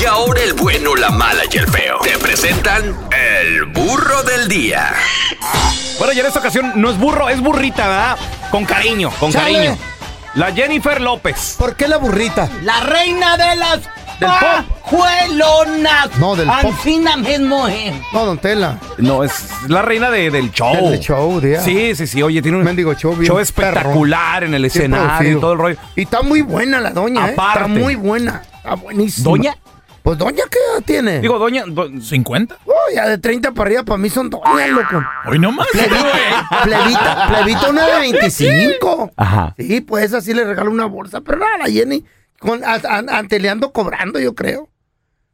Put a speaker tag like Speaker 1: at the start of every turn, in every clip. Speaker 1: Y ahora el bueno, la mala y el feo te presentan el burro del día.
Speaker 2: Bueno, y en esta ocasión no es burro, es burrita, ¿verdad? Con cariño, con
Speaker 3: Chale.
Speaker 2: cariño. La Jennifer López.
Speaker 3: ¿Por qué la burrita?
Speaker 4: La reina de las
Speaker 2: Del pop.
Speaker 4: pajuelonas.
Speaker 3: No, del pop.
Speaker 4: Ancina mismo eh. es.
Speaker 3: No, don Tela.
Speaker 2: No, es la reina de- del show.
Speaker 3: Del show, día.
Speaker 2: Sí, sí, sí. Oye, tiene un
Speaker 3: Mendigo show bien
Speaker 2: espectacular en el
Speaker 3: Bien
Speaker 2: escenario
Speaker 3: producido.
Speaker 2: y todo el rollo.
Speaker 3: Y está muy buena la doña, ¿eh? Está
Speaker 2: Aparte.
Speaker 3: muy buena. Está buenísima.
Speaker 2: ¿Doña?
Speaker 3: Pues doña, ¿qué edad tiene?
Speaker 2: Digo, doña. do-
Speaker 5: 50.
Speaker 3: Oh, ya de 30 para arriba para mí son doñas, loco.
Speaker 5: Hoy no más.
Speaker 3: Plebita, plebita, plebita una de 25.
Speaker 2: Ajá.
Speaker 3: Sí, pues así le regalo una bolsa. Pero nada, la Jenny, con, a- a- ante le ando cobrando, yo creo.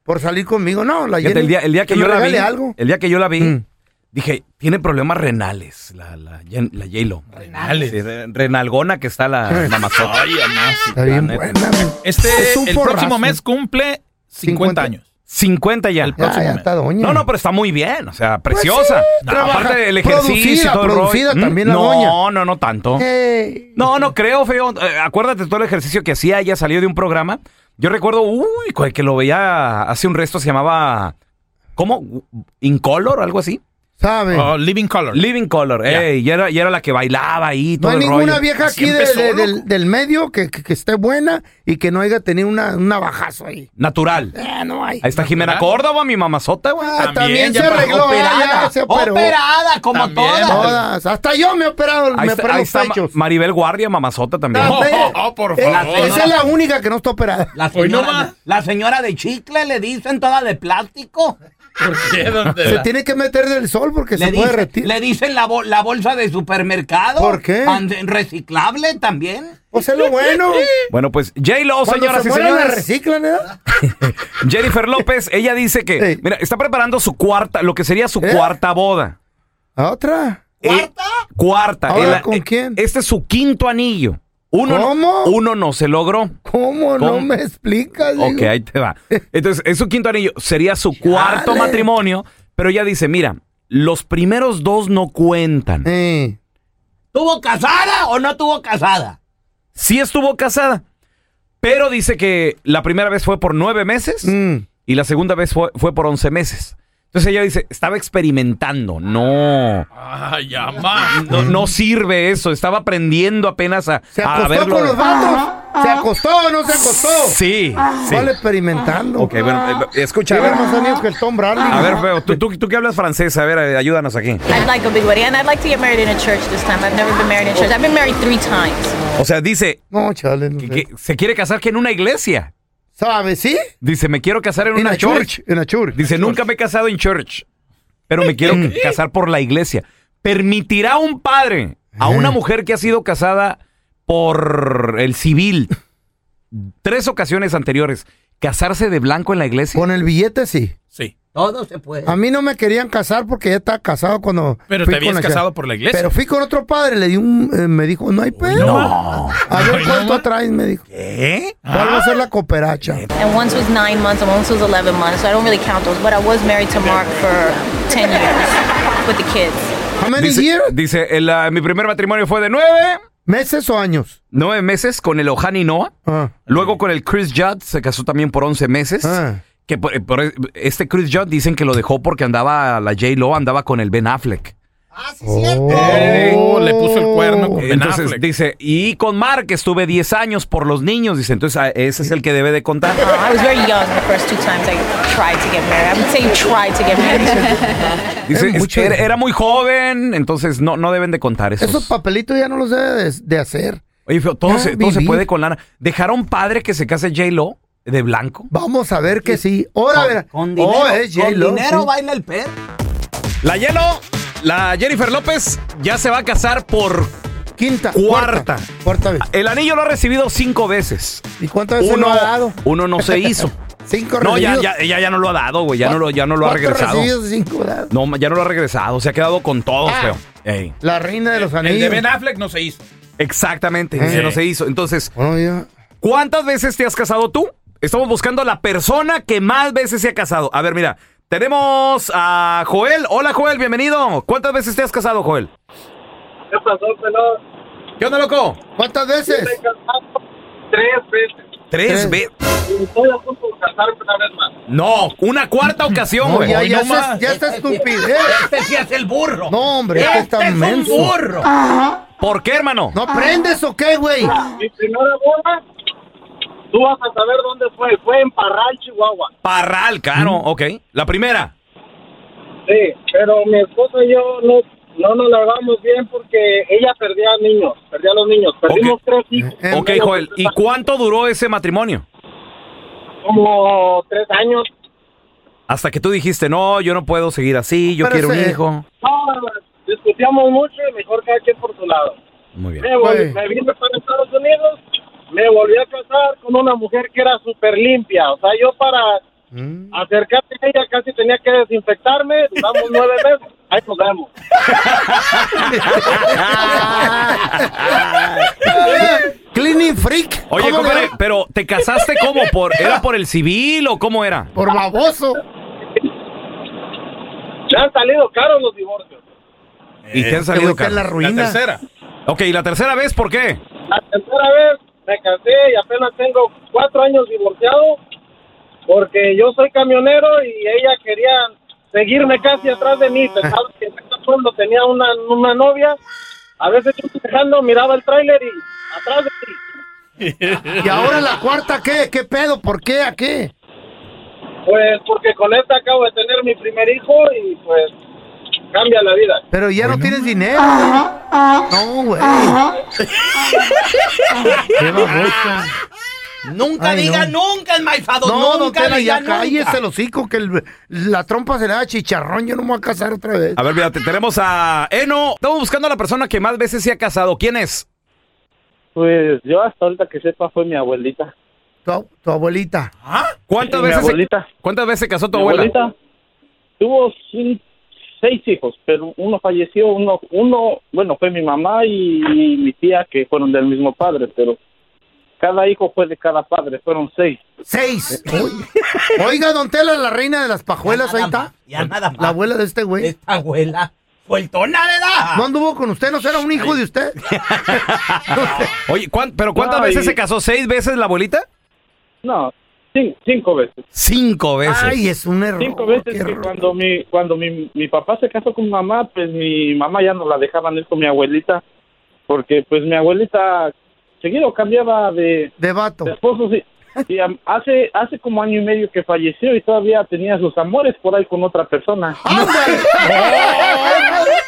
Speaker 3: Por salir conmigo. No, la Jenny.
Speaker 2: Fíjate, el día, el día que,
Speaker 3: me
Speaker 2: yo la vi.
Speaker 3: regale algo.
Speaker 2: El día que yo la vi,
Speaker 3: Mm.
Speaker 2: dije, tiene problemas renales la, la, Jen- la J-Lo.
Speaker 5: Renales.
Speaker 2: Sí, re- renalgona que está la, la mazota.
Speaker 5: Ay, además.
Speaker 3: Está bien
Speaker 2: La neta.
Speaker 3: buena, güey.
Speaker 5: Este,
Speaker 3: Es un
Speaker 5: el
Speaker 3: forrazo.
Speaker 5: próximo mes cumple 50,
Speaker 3: 50.
Speaker 5: años.
Speaker 2: 50 ya.
Speaker 3: Ya, ya
Speaker 5: próximo Pues
Speaker 3: está doña.
Speaker 2: No, no, pero está muy bien, o sea, preciosa.
Speaker 3: sí,
Speaker 2: No,
Speaker 3: trabaja-
Speaker 2: aparte del ejercicio
Speaker 3: producida,
Speaker 2: y todo el rollo.
Speaker 3: producida
Speaker 2: ¿Mm?
Speaker 3: también la
Speaker 2: no,
Speaker 3: doña.
Speaker 2: no, no tanto.
Speaker 5: Eh.
Speaker 3: Ey.
Speaker 2: No, no creo, feo. Eh, acuérdate todo el ejercicio que hacía, ella salió de un programa. Yo recuerdo, uy, cual- que lo veía hace un resto, se llamaba, ¿cómo? ¿Incolor? Algo así.
Speaker 3: ¿Sabe?
Speaker 5: Oh, living Color.
Speaker 2: Living Color,
Speaker 5: Ya.
Speaker 2: ey, y era, y era la que bailaba ahí,
Speaker 3: No
Speaker 2: todo
Speaker 3: hay
Speaker 2: el
Speaker 3: ninguna
Speaker 2: rollo.
Speaker 3: vieja
Speaker 5: Así
Speaker 3: aquí de-
Speaker 5: empezó,
Speaker 3: de-
Speaker 5: loco.
Speaker 3: del, del medio que, que- que esté buena y que no haya tenido una, un navajazo ahí.
Speaker 2: Natural.
Speaker 3: Eh, no hay.
Speaker 2: Ahí está Jimena Córdoba, mi mamazota, güey.
Speaker 3: Ah, también,
Speaker 5: También,
Speaker 3: se
Speaker 5: ya
Speaker 3: arregló,
Speaker 4: operada.
Speaker 3: ya se operó.
Speaker 4: operada, como
Speaker 5: También,
Speaker 4: todas.
Speaker 5: ¿no?
Speaker 3: Todas. Hasta yo me he operado,
Speaker 2: Ahí
Speaker 3: me
Speaker 2: está,
Speaker 3: operé
Speaker 2: ahí
Speaker 3: los
Speaker 2: está Ma-
Speaker 3: pechos.
Speaker 2: Maribel Guardia, mamazota también.
Speaker 3: Está
Speaker 5: Oh,
Speaker 3: fea.
Speaker 5: oh, oh, por
Speaker 3: Eh,
Speaker 5: favor.
Speaker 3: Esa es la única que no está operada.
Speaker 4: La
Speaker 5: Hoy no
Speaker 4: señora,
Speaker 5: más.
Speaker 4: la señora de chicle le dicen toda de plástico.
Speaker 5: ¿Por qué? ¿Dónde
Speaker 3: Se
Speaker 5: la-
Speaker 3: tiene que meter del sol porque
Speaker 4: Le,
Speaker 3: se puede
Speaker 4: dice-
Speaker 3: retirar.
Speaker 4: le dicen la, bol- la bolsa de supermercado.
Speaker 3: ¿Por qué?
Speaker 4: And- reciclable también.
Speaker 3: O sea, lo bueno.
Speaker 2: Bueno, pues J-Lo,
Speaker 3: Cuando
Speaker 2: señoras
Speaker 3: se
Speaker 2: y
Speaker 3: muera, la
Speaker 2: señores.
Speaker 3: reciclan, ¿eh?
Speaker 2: Jennifer López, ella dice que,
Speaker 3: Ey.
Speaker 2: mira, está preparando su cuarta, lo que sería su
Speaker 3: ¿Eh?
Speaker 2: cuarta boda.
Speaker 3: A otra.
Speaker 2: ¿Cuarta? Eh, cuarta.
Speaker 3: ¿Ahora
Speaker 2: El-
Speaker 3: con
Speaker 2: eh,
Speaker 3: quién?
Speaker 2: Este es su quinto anillo. Uno, no-
Speaker 3: ¿Cómo?
Speaker 2: Uno no se logró.
Speaker 3: ¿Cómo? No
Speaker 2: ¿Cómo?
Speaker 3: me explicas.
Speaker 2: Ok,
Speaker 3: digo.
Speaker 2: ahí te va. Entonces, es su quinto anillo. Sería su cuarto matrimonio, pero ella dice, mira, los primeros dos no cuentan.
Speaker 3: Eh,
Speaker 4: ¿Tuvo casada o no tuvo casada?
Speaker 2: Sí estuvo casada, pero dice que la primera vez fue por nueve meses
Speaker 3: mm.
Speaker 2: y la segunda vez fue, fue por once meses. Entonces ella dice, estaba experimentando, no...
Speaker 5: Ay, amá.
Speaker 2: No, no sirve eso. Estaba aprendiendo apenas a,
Speaker 3: ¿Se
Speaker 2: Ah, a
Speaker 3: acostó
Speaker 2: verlo.
Speaker 3: con los vatos? ¿Se acostó o no se acostó?
Speaker 2: Ah, Sí, sí.
Speaker 3: ¿Cuál experimentando?
Speaker 2: Ok, bueno,
Speaker 3: Ah.
Speaker 2: eh, escucha.
Speaker 3: Tiene más
Speaker 2: A
Speaker 3: amigos que el Tom Brady.
Speaker 2: ver, feo, tú, tú, tú que hablas francés, a ver, eh, ayúdanos aquí.
Speaker 6: I'd like a big wedding, and I'd like to get married in a church this time. I've never been married in a church. I've been married three times.
Speaker 2: O sea, dice
Speaker 3: No, chale. no
Speaker 2: que,
Speaker 3: sé.
Speaker 2: que se quiere casar que en una iglesia.
Speaker 3: ¿Sabes? ¿Sí?
Speaker 2: Dice, me quiero casar en una church.
Speaker 3: En la church.
Speaker 2: Dice, nunca me he casado en church, pero me quiero casar por la iglesia. ¿Permitirá un padre a
Speaker 3: Eh.
Speaker 2: una mujer que ha sido casada por el civil tres ocasiones anteriores casarse de blanco en la iglesia?
Speaker 3: Con el billete sí.
Speaker 5: Sí.
Speaker 4: Todo se puede.
Speaker 3: A mí no me querían casar porque ya estaba casado cuando.
Speaker 5: Pero
Speaker 3: fui
Speaker 5: te habías
Speaker 3: con la-
Speaker 5: casado por la iglesia.
Speaker 3: Pero fui con otro padre, le di un. eh, me dijo, no hay pedo.
Speaker 2: No.
Speaker 3: A ver
Speaker 5: Ay, no,
Speaker 3: cuánto
Speaker 5: ma.
Speaker 3: traes, me dijo.
Speaker 2: ¿Eh?
Speaker 3: ¿Cuál va a ser la cooperacha?
Speaker 6: And once was nine months, and once was 11 months, so I don't really count those. But I was married to Mark for 10 years with the kids.
Speaker 3: How many
Speaker 2: Dice,
Speaker 3: years?
Speaker 2: dice, el, ah, mi primer matrimonio fue de nueve,
Speaker 3: ¿Meses o años?
Speaker 2: nueve meses con el Ohani Noah.
Speaker 3: Ah.
Speaker 2: Luego con el Chris Judd se casó también por 11 meses.
Speaker 3: Ah.
Speaker 2: Que por- por- este Chris Judd dicen que lo dejó porque andaba la J. Lo andaba con el Ben Affleck.
Speaker 5: Oh, le puso el cuerno con Ben
Speaker 2: Entonces
Speaker 5: Affleck.
Speaker 2: dice, y con Mark estuve 10 años por los niños. Dice, entonces ah, ese es el que debe de contar.
Speaker 3: Ah,
Speaker 6: Uh, I was very young the first two times I tried to get married. I would say tried to get married.
Speaker 2: Dice,
Speaker 3: Es
Speaker 2: es-
Speaker 3: mucho.
Speaker 2: era, era muy joven, entonces no, no deben de contar eso.
Speaker 3: Esos papelitos ya no los debe de, de hacer.
Speaker 2: Oye, feo, todo,
Speaker 3: Ya
Speaker 2: se, todo se
Speaker 3: viví.
Speaker 2: puede con lana. ¿Dejar a un padre que se case J. Lo de blanco?
Speaker 3: Vamos a ver que sí. Ahora, verá.
Speaker 4: Con dinero,
Speaker 3: Oh, es
Speaker 4: con
Speaker 3: J-Lo,
Speaker 4: dinero
Speaker 3: sí.
Speaker 4: baila el perro.
Speaker 2: La Yelo, la Jennifer López ya se va a casar por...
Speaker 3: Quinta.
Speaker 2: Cuarta.
Speaker 3: Cuarta, cuarta vez.
Speaker 2: El anillo lo ha recibido cinco veces.
Speaker 3: ¿Y cuántas veces lo ha dado?
Speaker 2: uno no se hizo.
Speaker 3: Cinco
Speaker 2: no, ya,
Speaker 3: recibidos.
Speaker 2: ya, ella ya no lo ha dado, güey. Ya no lo, ya no lo ha
Speaker 3: Cuatro
Speaker 2: regresado.
Speaker 3: recibidos y cinco dados.
Speaker 2: No, ya no lo ha regresado. Se ha quedado con todo,
Speaker 3: Ah.
Speaker 2: feo. Ey.
Speaker 3: La reina de los
Speaker 5: El
Speaker 3: anillos.
Speaker 5: de Ben Affleck no se hizo.
Speaker 2: Exactamente.
Speaker 3: Eh.
Speaker 2: se no se hizo. Entonces,
Speaker 3: Bueno, ya.
Speaker 2: ¿cuántas veces te has casado tú? Estamos buscando a la persona que más veces se ha casado. A ver, mira. Tenemos a Joel. Hola, Joel. Bienvenido. ¿Cuántas veces te has casado, Joel?
Speaker 7: ¿Qué pasó, pelón?
Speaker 2: ¿Qué onda, loco?
Speaker 3: ¿Cuántas veces?
Speaker 7: Estoy casado tres veces.
Speaker 2: Tres
Speaker 3: Tres.
Speaker 2: veces.
Speaker 7: Y estoy a punto de casarme casaron una vez más.
Speaker 2: No, una cuarta ocasión,
Speaker 3: No,
Speaker 2: güey.
Speaker 3: ya,
Speaker 2: Hoy
Speaker 3: ya,
Speaker 2: no
Speaker 3: está,
Speaker 2: más.
Speaker 3: ya está estupidez.
Speaker 4: Este sí es el burro.
Speaker 3: No, hombre, este está
Speaker 4: es un
Speaker 3: menso.
Speaker 4: burro.
Speaker 2: ¿Por qué, hermano?
Speaker 3: ¿No prendes o qué, güey?
Speaker 7: Mi primera boda, tú vas a saber dónde fue. Fue en Parral, Chihuahua.
Speaker 2: Parral, caro, ok. La primera.
Speaker 7: Sí, pero mi esposa y yo no, no nos la vamos bien porque ella perdía niños, perdía a los niños. Perdimos
Speaker 2: Ok.
Speaker 7: tres hijos.
Speaker 3: Eh,
Speaker 2: Ok, Joel. ¿Y cuánto duró ese matrimonio?
Speaker 7: Como tres años.
Speaker 2: Hasta que tú dijiste, no, yo no puedo seguir así, yo
Speaker 3: Pero
Speaker 2: quiero un
Speaker 3: ese-
Speaker 2: hijo.
Speaker 7: No, discutíamos mucho y mejor cada quien por su lado.
Speaker 2: Muy bien.
Speaker 7: Me, vol-
Speaker 3: Güey.
Speaker 7: me vine para Estados Unidos, me volví a casar con una mujer que era súper limpia. O sea, yo para
Speaker 3: Mm.
Speaker 7: acercarme a ella casi tenía que desinfectarme. Duramos nueve meses. Ahí nos vemos.
Speaker 3: Cleaning freak.
Speaker 2: Oye,
Speaker 3: ¿Cómo le
Speaker 2: compadre,
Speaker 3: va?
Speaker 2: pero ¿te casaste cómo? ¿Por, ¿Era por el civil o cómo era?
Speaker 3: Por baboso.
Speaker 7: Ya han salido caros los divorcios.
Speaker 2: ¿Y te han
Speaker 3: Eh, Te voy
Speaker 2: salido
Speaker 3: a caer
Speaker 2: caros?
Speaker 3: la ruina.
Speaker 5: La tercera.
Speaker 2: Ok, ¿y la tercera vez por qué?
Speaker 7: La tercera vez me casé y apenas tengo cuatro años divorciado porque yo soy camionero y ella quería seguirme casi atrás de mí. Pensaba que en ese pueblo tenía una, una novia. A veces yo dejando, miraba el tráiler y atrás de ti.
Speaker 3: Y ahora la cuarta, ¿qué? ¿Qué pedo? ¿Por qué? ¿A qué?
Speaker 7: Pues porque con esta acabo de tener mi primer hijo y pues cambia la vida.
Speaker 3: Pero ya no tienes dinero. No, güey. Qué baboso.
Speaker 4: Nunca
Speaker 3: Ay,
Speaker 4: diga nunca, enmaizado.
Speaker 3: No, don
Speaker 4: nunca
Speaker 3: Tela,
Speaker 4: diga
Speaker 3: ya
Speaker 4: nunca.
Speaker 3: cállese el hocico que el- la trompa se le da chicharrón. Yo no me voy a casar otra vez.
Speaker 2: A ver, mira, te- tenemos a Eno. Estamos buscando a la persona que más veces se ha casado. ¿Quién es?
Speaker 7: Pues yo hasta ahorita que sepa fue mi abuelita.
Speaker 3: Tu, tu abuelita.
Speaker 2: ¿Cuántas
Speaker 7: Mi
Speaker 2: veces, se,
Speaker 7: abuelita.
Speaker 2: ¿Cuántas veces se casó tu
Speaker 7: Mi
Speaker 2: abuela?
Speaker 7: abuelita tuvo cin- seis hijos, pero uno falleció, uno, uno, bueno, fue mi mamá y, mi tía que fueron del mismo padre, pero cada hijo fue de cada padre, fueron seis.
Speaker 3: Seis. Oiga, Oiga, don Tela, la reina de las pajuelas, ahí está.
Speaker 4: Ya nada más.
Speaker 3: La abuela de este güey.
Speaker 4: Esta abuela. Sueltona, ¿verdad?
Speaker 3: ¿No anduvo con usted? ¿No será un hijo de usted?
Speaker 2: Oye, ¿cuán- ¿pero cuántas
Speaker 7: No,
Speaker 2: veces
Speaker 7: y-
Speaker 2: se casó? ¿Seis veces la abuelita?
Speaker 7: No, cin- cinco veces.
Speaker 2: Cinco veces.
Speaker 3: Ay, es un error.
Speaker 7: Cinco veces
Speaker 3: qué
Speaker 7: que
Speaker 3: error.
Speaker 7: cuando mi cuando mi, mi papá se casó con mi mamá, pues mi mamá ya no la dejaban ir con mi abuelita, porque pues mi abuelita seguido cambiaba de,
Speaker 3: De vato.
Speaker 7: de esposo. sí. Y, am, hace hace como año y medio que falleció y todavía tenía sus amores por ahí con otra persona.
Speaker 3: ¡Ándale!